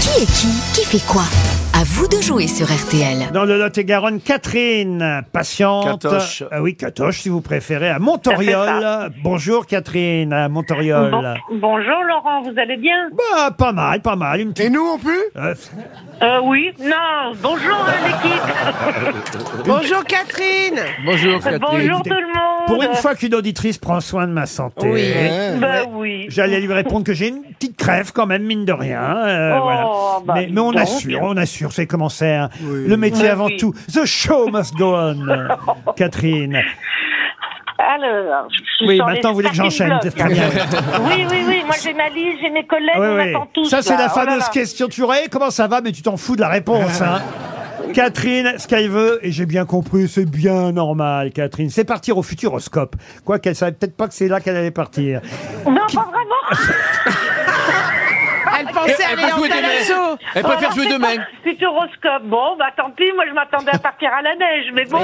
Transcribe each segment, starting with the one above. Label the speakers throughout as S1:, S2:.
S1: Qui est qui Qui fait quoi À vous de jouer sur RTL.
S2: Dans le Lot-et-Garonne, Catherine, patiente.
S3: Catoche.
S2: Ah oui, Catoche, si vous préférez, à
S4: Ça fait
S2: Montoriol. Bonjour Catherine, à Montoriol.
S4: Bon- bonjour Laurent, vous allez bien
S2: Bah, pas mal, pas mal. Une petite-
S3: Et nous non plus
S2: euh,
S4: euh, Oui, non, bonjour euh, l'équipe,
S5: Bonjour Catherine
S6: Bonjour Catherine.
S4: bonjour tout le monde.
S2: pour une fois euh, qu'une auditrice prend soin de ma santé.
S5: Oui.
S4: Bah oui.
S2: J'allais lui répondre que j'ai une petite crève quand même, mine de rien. euh,
S4: Oh,
S2: voilà.
S4: bah,
S2: mais,
S4: dis
S2: mais on
S4: donc. Bah
S2: assure, on assure, c'est commencer. hein. Le métier
S4: Oui.
S2: avant tout. The show must go on, euh, Catherine.
S4: Alors, je suis
S2: Oui,
S4: sur
S2: maintenant,
S4: les
S2: vous voulez que
S4: starting
S2: j'enchaîne,
S4: blocks,
S2: c'est très bien.
S4: là. Oui, oui, oui, moi j'ai ma liste, j'ai mes collègues,
S2: Ah Oui,
S4: on
S2: oui.
S4: attend tous.
S2: Ça, c'est
S4: là.
S2: la
S4: Oh là
S2: fameuse
S4: là.
S2: question. Tu aurais comment ça va, mais tu t'en fous de la réponse. hein. Catherine, ce qu'elle veut, et j'ai bien compris, c'est bien normal, Catherine, c'est partir au futuroscope. Quoi qu'elle savait peut-être pas que c'est là qu'elle allait partir.
S4: Non, pas vraiment.
S5: Elle pensait
S6: Elle peut
S5: aller en
S6: jouer demain.
S5: talasso
S6: Elle préfère jouer demain.
S4: Futuroscope, bon, bah tant pis, moi je m'attendais à partir à la neige, mais bon.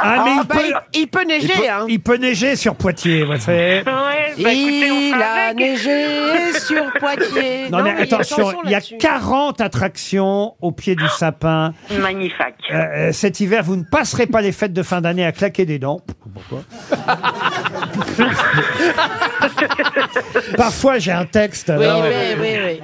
S2: Ah, mais il
S5: Bah,
S2: peut,
S5: il, il peut neiger, hein
S2: il peut neiger sur Poitiers, vous savez.
S4: Ouais, bah, écoutez, on
S5: Il
S4: fera
S5: a
S4: avec.
S5: neigé sur Poitiers
S2: Non, mais attention, il y a
S5: là-dessus.
S2: 40 attractions au pied du sapin.
S4: Magnifique.
S2: Euh, euh, cet hiver, vous ne passerez pas les fêtes de fin d'année à claquer des dents. Pourquoi Parfois, j'ai un texte.
S5: Eh Oui,
S2: alors.
S5: oui, oui, oui.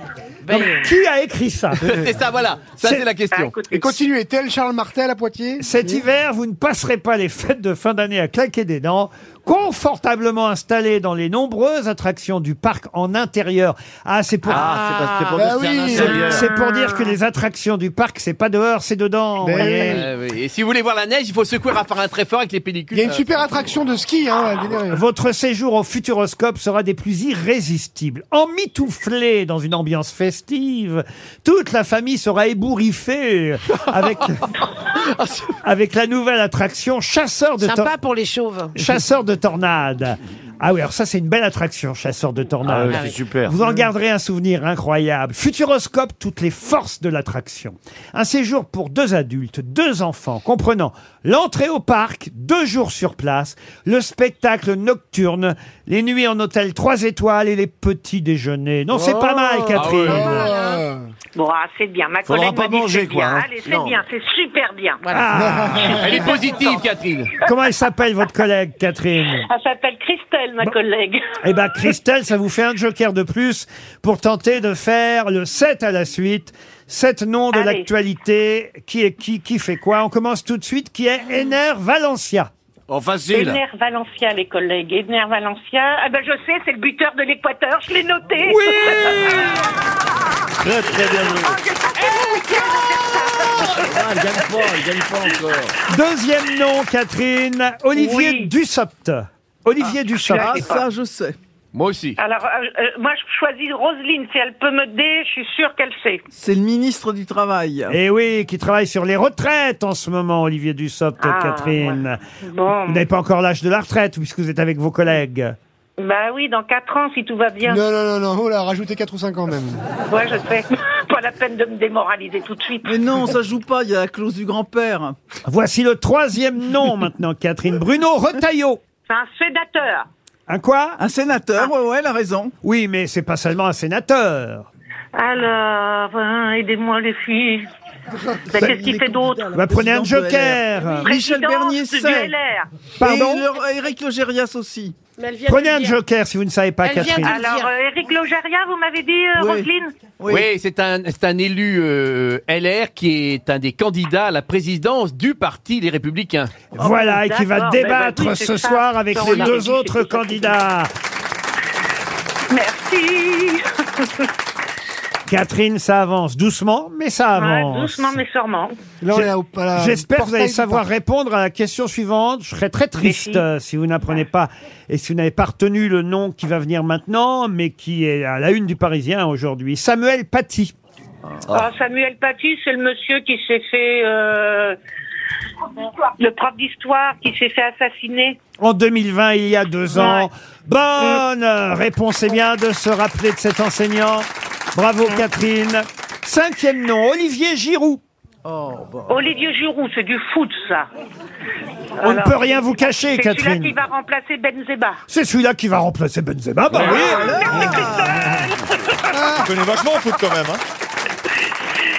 S2: Non,
S5: Ben,
S2: mais qui a écrit ça
S6: C'est ça, voilà. Ça,
S2: C'est-
S6: c'est la question.
S4: Écoutez,
S3: Et continue, est-elle Charles Martel à Poitiers
S2: Cet hiver, vous ne passerez pas les fêtes de fin d'année à claquer des dents. Confortablement installé dans les nombreuses attractions du parc en intérieur. Ah, c'est pour,
S6: c'est pour
S3: Bah oui
S6: euh,
S2: c'est pour dire que les attractions du parc, c'est pas dehors, c'est dedans.
S3: Ben
S2: vous voyez.
S6: Eh Et si vous voulez voir la neige, il faut secouer à faire un très fort avec les pellicules.
S3: Il y a une super attraction de ski, hein, déliré.
S2: Votre séjour au Futuroscope sera des plus irrésistibles. Emmitouflé dans une ambiance festive, toute la famille sera ébouriffée avec, avec la nouvelle attraction Chasseur de, tor-
S5: Sympa pour les chauves.
S2: chasseur de tornades. Ah oui, alors ça c'est une belle attraction, Chasseur de tornades.
S5: c'est
S7: super.
S2: Vous en garderez un souvenir incroyable. Futuroscope, toutes les forces de l'attraction. Un séjour pour deux adultes, deux enfants, comprenant l'entrée au parc, deux jours sur place, le spectacle nocturne, les nuits en hôtel trois étoiles et les petits déjeuners. Non, c'est pas mal, Catherine.
S3: Ah.
S4: Bon, ah, c'est bien, ma
S7: Faudra
S4: collègue
S7: pas
S4: m'a dit
S7: manger,
S4: c'est
S7: quoi,
S4: bien.
S7: hein.
S4: Allez, c'est bien, c'est super bien.
S2: Ah,
S6: Elle est positive, Catherine.
S2: comment elle s'appelle votre collègue, Catherine
S4: Elle s'appelle Christelle, ma collègue.
S2: Eh ben, Christelle, ça vous fait un joker de plus pour tenter de faire le 7 à la suite. 7 noms de
S4: Allez.
S2: l'actualité. Qui est qui Qui fait quoi On commence tout de suite. Qui est Ener Valencia
S7: Oh, facile.
S4: Edner Valencia, les collègues. Edner Valencia. Ah ben, je sais, c'est le buteur de l'Équateur. Je l'ai noté.
S2: Oui
S7: Très, très bien joué.
S4: Ah, j'ai pas fait mon week-end.
S7: Ah, il gagne pas, il gagne pas encore.
S2: Deuxième nom, Catherine. Olivier
S4: Oui.
S2: Dussopt. Olivier Dussopt.
S4: Ah, ça,
S5: je sais.
S6: Moi aussi.
S3: Ah,
S4: Alors, euh, euh, moi, je choisis Roselyne. Si elle peut me dé, je suis sûre qu'elle sait.
S5: C'est le ministre du Travail.
S2: Et Eh oui, qui travaille sur les retraites en ce moment, Olivier Dussopt,
S4: Ah,
S2: Catherine.
S4: Bon.
S2: Vous n'avez pas encore l'âge de la retraite puisque vous êtes avec vos collègues.
S4: Bah oui, dans 4 ans, si tout va bien.
S3: Non, non, non, non, oh là, rajoutez 4 ou 5 ans même.
S4: Moi, je sais. Pas la peine de me démoraliser tout de suite.
S8: Mais non, ça joue pas, il y a la clause du grand-père.
S2: Voici le troisième nom maintenant, Catherine. Bruno Retailleau.
S4: C'est un sédateur.
S2: Un quoi
S8: Un
S2: Ah.
S8: sénateur, ouais, ouais, elle a raison.
S2: Oui, mais c'est pas seulement un sénateur.
S4: Alors, euh, aidez-moi, les filles. Ben, Qu'est-ce qu'il fait d'autre
S2: Bah, prenez un
S8: Président de
S2: joker.
S8: Michel
S4: Président
S8: Bernier,
S4: du
S8: c'est.
S4: LR.
S2: Pardon
S8: Et leur- Eric Logérias aussi.
S2: Prenez un joker si vous ne savez pas,
S5: Elle vient
S2: Catherine.
S5: de-
S4: Alors,
S5: dire.
S4: euh, Eric Logéria, vous m'avez dit, euh,
S8: Oui.
S4: Roselyne
S6: Oui, c'est un, c'est un élu euh, LR qui est un des candidats à la présidence du parti Les Républicains.
S2: Voilà, et qui va
S4: Oh, D'accord, mais
S2: débattre
S4: bah oui, c'est
S2: ce
S4: ça.
S2: soir avec
S4: Dans
S2: les
S4: la-
S2: deux autres candidats.
S4: Merci.
S2: Catherine, ça avance doucement, mais ça avance.
S4: Ouais, doucement mais sûrement.
S3: Là, on est au- à la
S2: J'espère que vous
S3: euh, portail
S2: allez
S3: du
S2: savoir
S3: parc.
S2: répondre à la question suivante. Je serais très triste
S4: si.
S2: euh, si vous n'apprenez pas et si vous n'avez pas retenu le nom qui va venir maintenant, mais qui est à la une du Parisien aujourd'hui. Samuel Paty.
S4: Ah, Samuel Paty, c'est le monsieur qui s'est fait euh, le prof d'histoire qui s'est fait assassiner.
S2: en 2020, il y a deux ans.
S4: Ouais.
S2: Bonne réponse, et bien de se rappeler de cet enseignant. Bravo Catherine. Cinquième nom, Olivier Giroud.
S8: Oh, bah.
S4: Olivier Giroud, c'est du foot ça.
S2: On ne
S4: Alors,
S2: peut rien vous cacher,
S4: C'est celui-là qui
S2: Catherine.
S4: va remplacer Benzema.
S2: C'est celui-là qui va remplacer Benzema, bah oui.
S8: Ah,
S7: Il connaît vachement au foot quand même. Hein.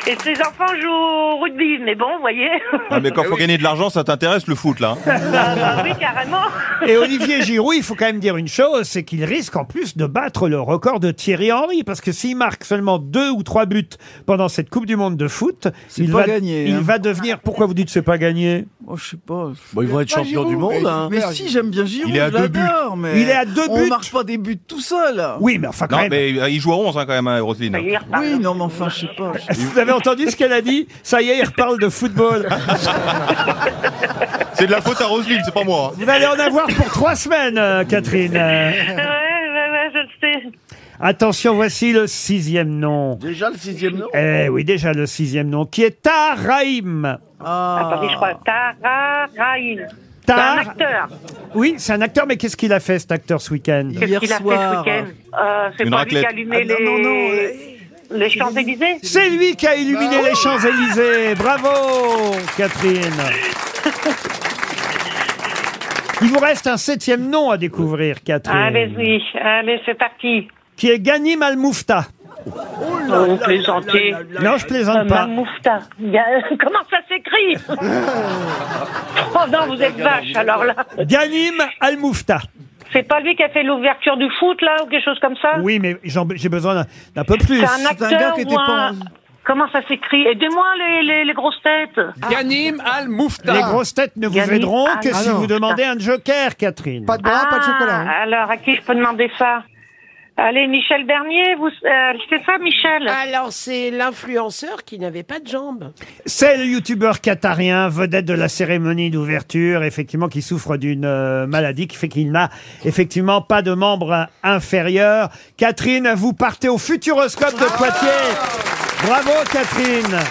S4: Et ses enfants jouent au rugby, mais bon, vous voyez.
S9: Ah, mais quand faut gagner de l'argent, ça t'intéresse le foot là. hein.
S4: Ah bah oui, carrément.
S2: Et Olivier Giroud, il faut quand même dire une chose, c'est qu'il risque en plus de battre le record de Thierry Henry, parce que s'il marque seulement deux ou trois buts pendant cette Coupe du Monde de foot,
S8: C'est
S2: il
S8: pas
S2: va,
S8: gagné,
S2: il
S8: hein.
S2: va devenir. Pourquoi vous dites c'est pas gagné
S8: Oh, je sais pas.
S6: Bon, ils vont être
S3: Pas
S6: champions
S3: Giroud,
S6: du monde. hein.
S8: Mais si, j'aime bien Giroud,
S9: Il est à
S8: je
S9: deux buts.
S8: l'adore, mais...
S2: Il est à deux
S8: On
S2: buts.
S8: marque pas des buts tout seul
S4: Ah.
S2: Oui, mais enfin quand
S9: Non,
S2: même.
S9: mais euh, il joue à 11 hein, quand même, hein, Roselyne.
S4: Mais il repart.
S8: Oui, non, mais enfin, je sais pas.
S2: Vous avez entendu ce qu'elle a dit Ça y est, il reparle de football.
S9: C'est de la faute à Roselyne, c'est pas moi. hein.
S2: Vous allez en avoir pour trois semaines, euh, Catherine. Euh,
S4: Ouais, ouais, ouais, je le sais.
S2: attention, voici le sixième nom.
S7: Déjà le sixième nom
S2: Eh oui, déjà le sixième nom, qui est Taraïm.
S8: Ah,
S4: Attendez, je crois. Tara Rahim. C'est un
S2: Tar,
S4: acteur.
S2: oui, c'est un acteur, mais qu'est-ce qu'il a fait cet acteur ce week-end
S8: hier
S4: Qu'est-ce qu'il a
S8: soir...
S4: fait ce week-end Euh, C'est
S9: Une
S4: pas lui
S9: raclette.
S4: qui a allumé
S8: Ah, non, non, non,
S4: les, les Champs-Élysées
S2: C'est lui qui a illuminé les Champs-Élysées. Bravo, Catherine. Il vous reste un septième nom à découvrir, Catherine,
S4: Ah, Allez-y, allez, c'est parti.
S2: qui est Ghanim Al-Moufta.
S4: Vous plaisantez.
S2: Non, je plaisante
S4: Mamoufta.
S2: pas.
S4: Comment ça s'écrit Oh non, vous êtes vache alors là.
S2: Ghanim Al-Moufta.
S4: C'est pas lui qui a fait l'ouverture du foot là ou quelque chose comme ça
S2: Oui, mais j'en- j'ai besoin d'un- d'un peu plus.
S4: Ah. C'est un
S8: C'est un
S4: acteur
S8: gars qui était
S4: ou un...
S8: pas en-
S4: Comment ça s'écrit Aidez-moi les, les, les grosses têtes.
S3: Ah.
S6: Ghanim Al-Moufta.
S2: Les grosses têtes ne vous
S4: Ghanim
S2: aideront que si
S4: Al-Moufta.
S2: vous demandez un joker, Catherine.
S3: Pas de bras, pas de
S4: Ah,
S3: chocolat. hein.
S4: alors à qui je peux demander ça Allez, Michel Bernier, vous euh, c'est ça Michel
S5: Alors, c'est l'influenceur qui n'avait pas de jambes.
S2: C'est le youtubeur qatarien, vedette de la cérémonie d'ouverture, effectivement, qui souffre d'une euh, maladie qui fait qu'il n'a effectivement pas de membre euh, inférieur. Catherine, vous partez au Futuroscope de Poitiers. Bravo, Catherine.